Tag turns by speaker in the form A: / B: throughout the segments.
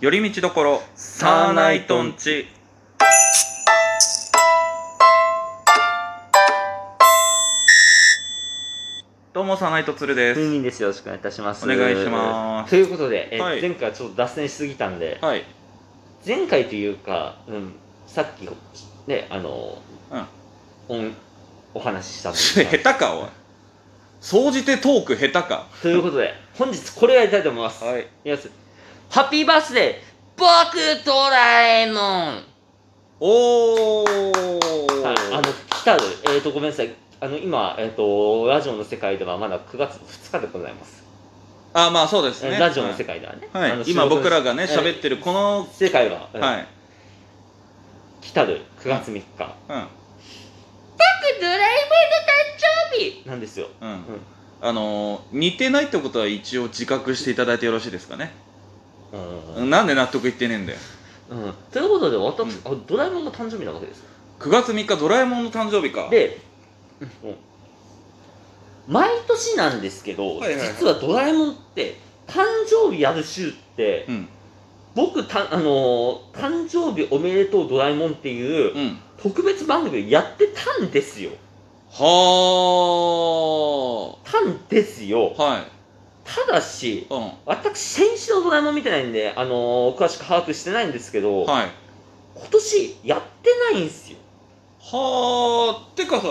A: 寄り道どころサーナイトンチどうもサーナイトツルです、
B: 風味ですよろしくお願いいたします
A: お願いします
B: ということで、え
A: はい
B: 前回ちょっと脱線しすぎたんで、
A: はい
B: 前回というか、うん、さっきねあの、おんお話ししたも
A: 下
B: の
A: 手かおい総じてトーク下手か
B: ということで本日これをやりたいと思います、
A: はい
B: いきますハッピーバースデー僕ドラえもんあ
A: おお、
B: あの来たるえっ、とごめんなさいあの今、えっとラジオの世界ではまだ9月2日でございます、
A: あまあそうですね
B: ラジオの世界ではね、
A: はい、
B: あ
A: は
B: の
A: い、今僕らがね
B: 仕事の
A: 喋ってるこの、
B: 世界は、うん
A: はい、
B: 来たる9月3日、
A: うん
B: ドラえもんの誕生日なんですよ。
A: うんあのー似てないってことは一応自覚していただいてよろしいですかね、
B: うん。
A: なんで納得いってねえんだよ
B: うん。ということで、私、あドラえもんの誕生日なわけです。
A: 9月3日ドラえもんの誕生日か
B: で、うん毎年なんですけど、
A: はいはいはい
B: 実はドラえもんって、誕生日やる週って
A: う、ん
B: 僕た、あのー誕生日おめでとうドラえもんっていううん特別番組やってたんですよ。
A: は
B: たんですよ
A: あ。はい
B: ただし、
A: うん
B: 私、先週のドラえもん見てないんで、あのー詳しく把握してないんですけど、
A: はい
B: 今年やってないんすよ。
A: はあてかさ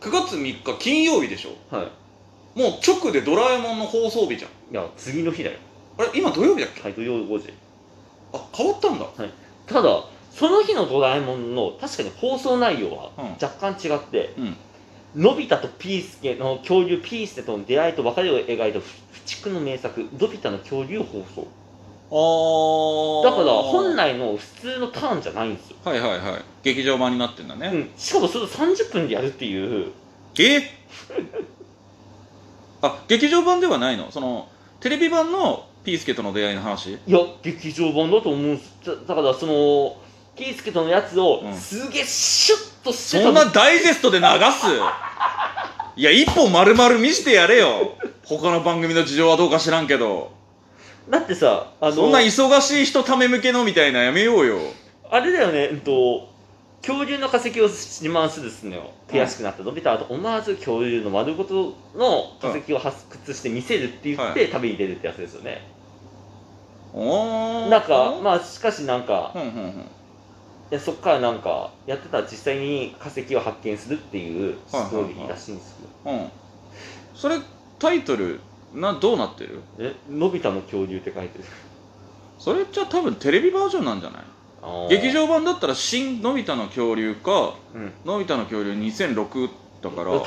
A: 9月3日金曜日でしょ
B: はい。
A: もう直でドラえもんの放送日じゃん
B: いや、次の日だよ。
A: あれ今土曜日だっけ
B: はい、土曜5時。
A: あ変わったんだ
B: ただ、その日のドラえもんの確かに放送内容は
A: うん
B: 若干違って、
A: うん
B: のび太とピースケの恐竜ピースケとの出会いと別れを描いた不不畜の名作、のび太の恐竜放送。
A: あ
B: だから、本来の普通のターンじゃないんですよ。
A: はいはいはい劇場版になってんだね、
B: うん、しかもそれを30分でやるっていう、
A: えあ劇場版ではないのそのテレビ版のピースケとの出会いの話
B: いや、劇場版だと思うんです。だだから、その、ピースケとのやつを
A: うん
B: すげえシュッとして
A: そ
B: た
A: んなダイジェストで流すいや一本丸々見してやれよ他の番組の事情はどうか知らんけど
B: だってさ、あの、
A: そんな忙しい人ため向けのみたいなやめようよ
B: あれだよね、うんと、恐竜の化石を自慢するっすのよ。悔しくなったのび太と思わず恐竜の丸ごとの化石を発掘して見せるって言っ
A: は
B: て旅に出るってやつですよね。
A: おー
B: なんか、まあしかしなん
A: う
B: か、
A: んうんうん
B: いやそっからなんか、やってたら実際に化石を発見するっていうストーリーらしいんですよ。
A: うんそれタイトルなどうなってる
B: え、のび太の恐竜って書いてる。
A: それじゃ多分テレビバージョンなんじゃない
B: あー
A: 劇場版だったら「新のび太の恐竜」か
B: うん。
A: のび太の恐竜2006だか
B: た
A: ら
B: だ、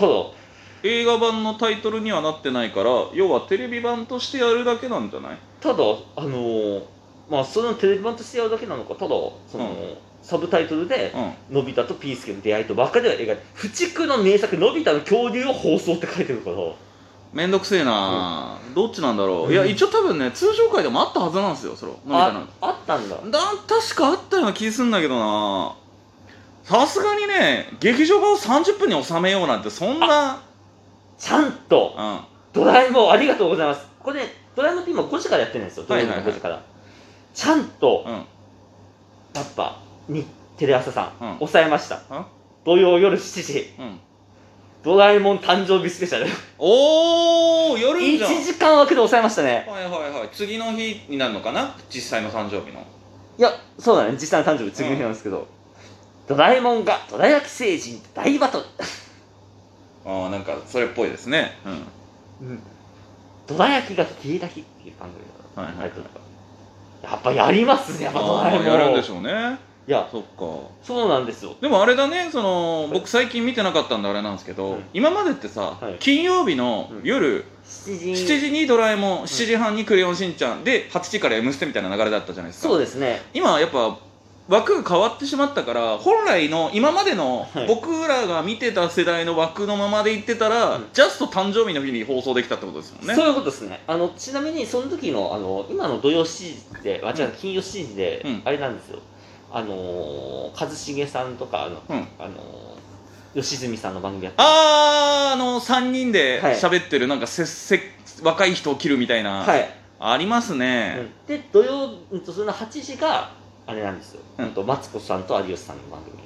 A: 映画版のタイトルにはなってないから要はテレビ版としてやるだけなんじゃない
B: ただ、あのーまあそのテレビ版としてやるだけなのか、ただ、その、
A: うん
B: サブタイトルで、
A: うん
B: のび太とピースケの出会いと別れを描いた不畜の名作「のび太の恐竜」を放送って書いてるから
A: めんどくせえな、どっちなんだろう、いや
B: うん
A: 一応多分ね通常回でもあったはずなんですよそれのび太の
B: ああったんだ
A: だ確かあったような気すんだけどなさすがにね劇場版を30分に収めようなんてそんな
B: ちゃん
A: う
B: と
A: んは
B: ドラえもんありがとうございますこれねドラえもんって今5時からやってるんですよド
A: は
B: ラ
A: い
B: えも
A: はい
B: ん
A: はい
B: の5時から、ちゃんと、
A: うん
B: やっぱ日テレ朝さん、
A: うん
B: 抑えました
A: うん
B: 土曜夜7時
A: うん
B: ドラえもん誕生日スペシャル
A: おおやるんじゃん
B: 1時間枠で抑えましたね
A: はいはいはい次の日になるのかな実際の誕生日の
B: いやそうだね実際の誕生日次の日なんですけど、ドラえもんがドラ焼き星人と大バトル
A: ああなんかそれっぽいですねうん
B: どら焼きが消えた日っていう番組だ
A: はいはいはい
B: タイトルがやっぱやりますね、やっぱドラえもん。
A: やるんでしょうね
B: いや、
A: そっか
B: そうなんですよ。
A: でもあれだねその
B: い
A: 僕最近見てなかったんであれなんですけど、
B: はい
A: 今までってさ、
B: はい
A: 金曜日の夜、
B: 7時。
A: 7時に「ドラえもん」7時半に「クレヨンしんちゃん」で8時から「M ステ」みたいな流れだったじゃないですか
B: そうですね。
A: 今はやっぱ枠が変わってしまったから本来の今までの
B: はい
A: 僕らが見てた世代の枠のままでいってたら、
B: うん
A: ジャスト誕生日の日に放送できたってことですもんね
B: そういうことですね。あの、ちなみに、その時の、あの、今の土曜7時って、あ、違う、金曜7時で、
A: うん
B: あれなんですよ。あのー、一茂さんとか、あの、
A: うん
B: あのー、吉住さんの番組やってる
A: あーあの3人で
B: はい
A: 喋ってるなんかせっせ若い人を切るみたいな、
B: はい。
A: ありますね、
B: で土曜うんとその8時があれなんですよ、
A: う
B: うんん、とマツコさんと有吉さんの番組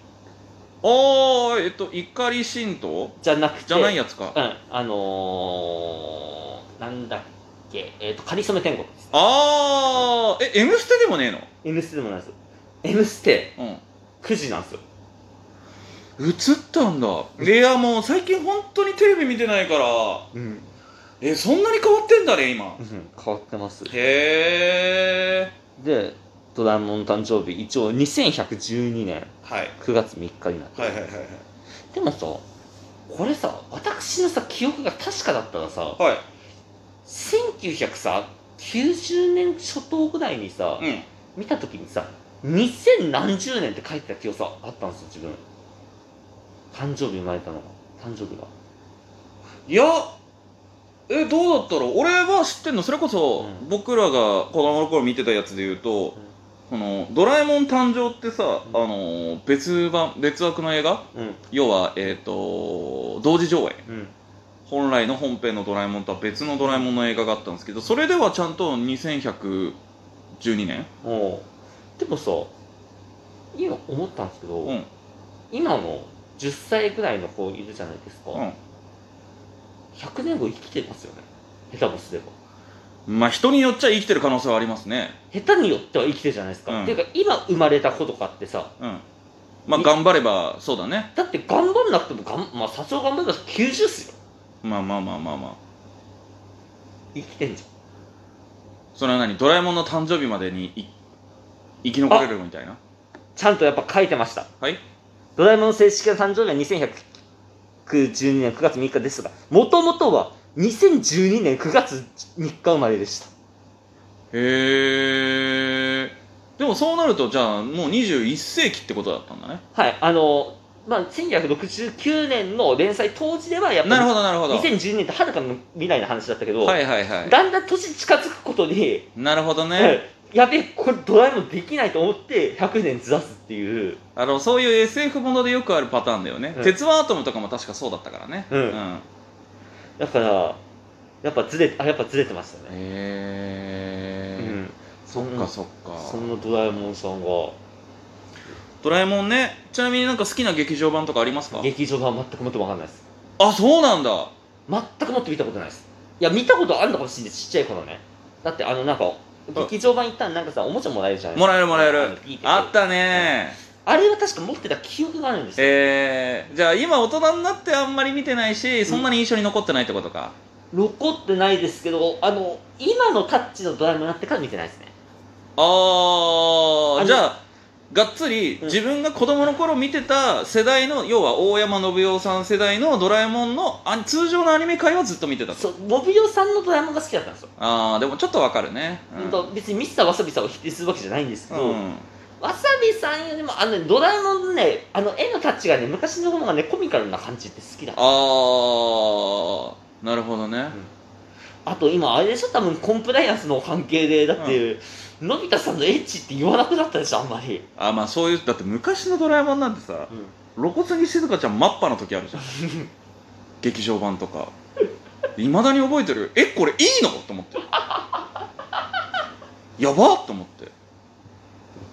A: おーえっと怒り神道
B: じゃなくて
A: じゃないやつか、
B: うんあのー、なんだっけえっ、と「かりそめ天国」です
A: あーえ「M ステ」でもねえの
B: M ステでもないです「M ステ
A: うん」
B: 9時なんですよ
A: 映ったんだいやもう最近本当にテレビ見てないから
B: うん、
A: えそんなに変わってんだね今
B: 変わってます
A: へえ
B: でドラえもんの誕生日一応2112年
A: はい
B: 9月3日になってる
A: はいはいはい
B: でもさこれさ私のさ記憶が確かだったらさ
A: はい
B: 1990年初頭ぐらいにさ、
A: はい、うん、
B: 見た時にさ2000何十年って書いてた記憶さあったんですよ自分誕生日生まれたのが誕生日が
A: いやえどうだったろう俺は知ってんのそれこそ、
B: うん
A: 僕らが子供の頃見てたやつで言うと「このドラえもん誕生」ってさ、
B: うん
A: あの別版別枠の映画
B: うん
A: 要はえっ、と同時上映
B: うん
A: 本来の本編の「ドラえもん」とは別の「ドラえもん」の映画があったんですけどそれではちゃんと2112年
B: おうでもさ今思ったんですけど、
A: うん
B: 今の10歳ぐらいの子いるじゃないですか、
A: うん
B: 100年後生きてますよね下手もすれば
A: まあ人によっちゃ生きてる可能性はありますね
B: 下手によっては生きてるじゃないですか、
A: うん
B: っていうか今生まれた子とかってさ
A: うんまあ
B: い
A: 頑張ればそうだね
B: だって頑張んなくてもがんまあ社長頑張れば90っすよ
A: まあまあまあまあまあ
B: 生きてんじ
A: それは何ドラえもんの誕生日までにい生き残れるみたいな
B: ゃんちゃんとやっぱ書いてました
A: はい
B: ドラえもんの正式な誕生日は2112年9月3日ですがもともとは2012年9月3日生まれでした
A: へえでもそうなるとじゃあもう21世紀ってことだったんだね
B: はいあのまあ1969年の連載当時ではやっぱり
A: なるほどなるほどはい
B: 2012年ってはるかの未来の話だったけど、
A: はいはい
B: だんだん年近づくことに、
A: なるほどね
B: うんやべえこれドラえもんできないと思って100年ずらすっていう
A: あのそういう SF ものでよくあるパターンだよね、
B: うん
A: 鉄腕アトムとかも確かそうだったからね
B: うん
A: へ
B: だからやっぱずれあやっぱずれてましたね、
A: え、
B: そ
A: そ
B: ん
A: っ
B: な
A: かそっか、
B: そんなドラえもんさんが
A: ドラえもんねちなみになんか好きな劇場版とかありますか
B: 劇場版全くもっても分かんないです
A: あそうなんだ
B: 全くもって見たことないですいや見たことあるのかもしれないちっちゃい頃ねだってあのなんか
A: うん
B: 劇場版行ったらなんかさおもちゃもらえるじゃない
A: もらえるもらえる
B: のピーてやつ
A: あったね
B: あれは確か持ってた記憶があるんですよ、
A: えー、じゃあ今大人になってあんまり見てないしそんなに印象に残ってないってことか、
B: 残ってないですけどあの今のタッチのドラえもんになってから見てないですね
A: あ
B: あ
A: あ
B: の
A: じゃあがっつり
B: うん
A: 自分が子供の頃見てた世代の要は大山信代さん世代の「ドラえもんの」あ通常のアニメ界はずっと見てたと
B: そうモビオさんのドラえもんが好きだったんですよ、
A: あーでもちょっとわかるねう
B: ほん
A: ん
B: と別にミスターわさびさんを否定するわけじゃないんですけど、
A: うん
B: わさびさんよりもあのねドラえもんのねあの絵のタッチがね昔の方がねコミカルな感じって好きだ
A: あーなるほどね
B: あと今あれでしょ多分コンプライアンスの関係でだって、のび太さんのエッチって言わなくなったでしょあんまり、
A: あまあそういうだって昔の「ドラえもん」なんてさ露骨に静香ちゃんマッパの時あるじゃん劇場版とかいまだに覚えてるえこれいいのと思ってやばっと思って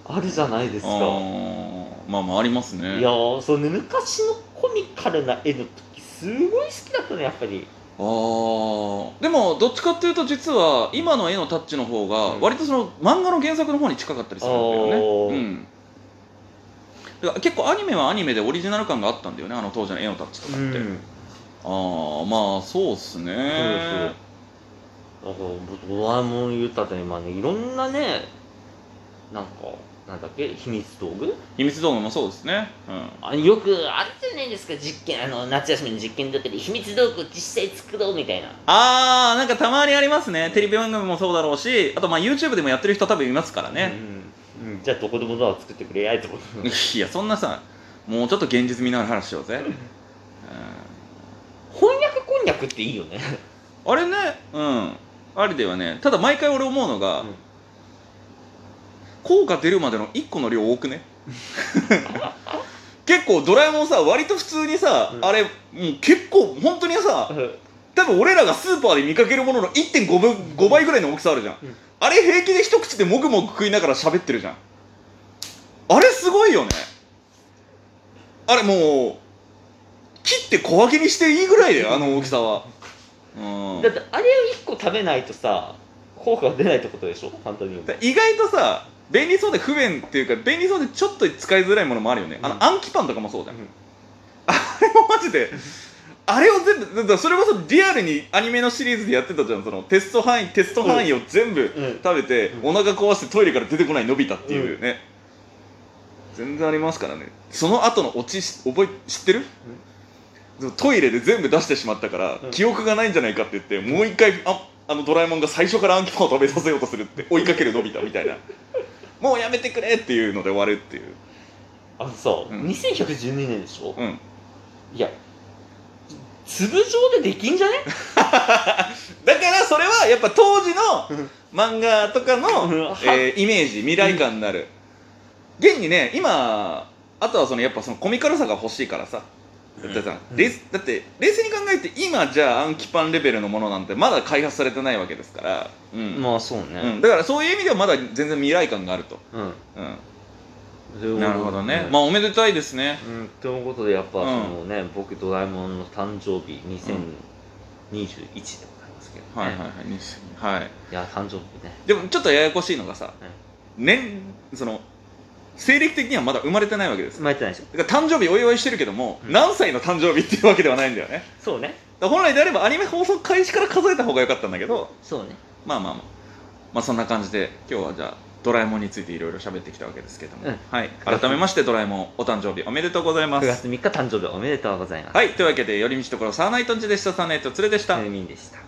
B: あるじゃないです
A: あ
B: か、
A: ーまあまあありますね
B: いやーそのね昔のコミカルな絵の時すごい好きだったねやっぱり
A: あーでもどっちかっていうと実は今の絵のタッチの方が
B: うん
A: 割とその漫画の原作の方に近かったりするんだ
B: あ
A: よ
B: ー
A: ね、うん、だから結構アニメはアニメでオリジナル感があったんだよねあの当時の絵のタッチとかって、ああまあそうっすね
B: そうそうドラえもん言ったと今ねいろんなねなんかなんだっけ秘密道具
A: 秘密道具もそうですね、うん、
B: あよくあるじゃないですか実験あの夏休みの実験だったり秘密道具を実際作ろうみたいな
A: あーなんかたまにありますねテレビ番組もそうだろうしあとまあ YouTube でもやってる人多分いますからね、
B: うん、うんじゃあどこでもドアを作ってくれやいってこと
A: いやそんなさもうちょっと現実味のある話しようぜ、
B: 翻訳こんにゃくっていいよね
A: うん、あれねうんあれではねただ毎回俺思うのが、
B: うん
A: 効果出るまでの1個の量多くね 結構ドラえもんさ割と普通にさ、
B: うん
A: あれもう結構本当にさ多分俺らがスーパーで見かけるものの1.5分5倍ぐらいの大きさあるじゃん、
B: うん
A: あれ平気で一口でもぐもぐ食いながら喋ってるじゃんあれすごいよねあれもう切って小分けにしていいぐらいだよあの大きさはうん
B: だってあれを1個食べないとさ効果が出ないってことでしょ簡単に言うと
A: だ意外とさ便利そうで不便っていうか便利そうでちょっと使いづらいものもあるよね、あ
B: う
A: の
B: ん
A: 暗記パンとかもそうじゃん、
B: うん
A: あれもマジであれを全部だからそれこそリアルにアニメのシリーズでやってたじゃんそのテスト範囲テスト範囲を全部
B: うん
A: 食べて、
B: うん
A: お腹壊してトイレから出てこないのび太っていうね、全然ありますからねその後のオチし覚え知ってる、でもトイレで全部出してしまったから、
B: うん
A: 記憶がないんじゃないかって言ってもう一回ああのドラえもんが最初からアンキパンを食べさせようとするって追いかけるのび太みたいなもうやめてくれっていうので終わるっていう
B: あのさ、
A: ん
B: 2112年でしょ、
A: うん
B: いや粒状でできんじゃね
A: だからそれはやっぱ当時の漫画とかの、
B: うん
A: えーイメージ未来感になる、現にね今あとはそのやっぱそのコミカルさが欲しいからさだってさ、
B: うん
A: レスだって冷静に考えて今じゃあアンキパンレベルのものなんてまだ開発されてないわけですから、うん
B: まあそ
A: う
B: うね
A: ん、だからそういう意味ではまだ全然未来感があると、
B: うん、
A: う、
B: というんことで
A: なるほどね、まあおめでたいですね
B: うん、ということでやっぱ
A: う
B: そ
A: ん
B: のね、僕ドラえもんの誕生日2021でございますけど、ね
A: はいはいはい、はい、
B: いや誕生日ね
A: でもちょっとややこしいのがさ、年その西暦的にはまだ生まれてないわけです
B: まあやってないでしょ
A: だから誕生日お祝いしてるけども、
B: うん
A: 何歳の誕生日っていうわけではないんだよね
B: そうね
A: だから本来であればアニメ放送開始から数えた方が良かったんだけど
B: そうね
A: まあまあまあまあそんな感じで今日はじゃあドラえもんについていろいろ喋ってきたわけですけども、
B: うん
A: はい改めましてドラえもんお誕生日おめでとうございま
B: 9
A: す
B: 月3日誕生日おめでとうございます
A: はいというわけで寄り道ところサーナイトンチでしたサーナイトツレでした、
B: えーみんでした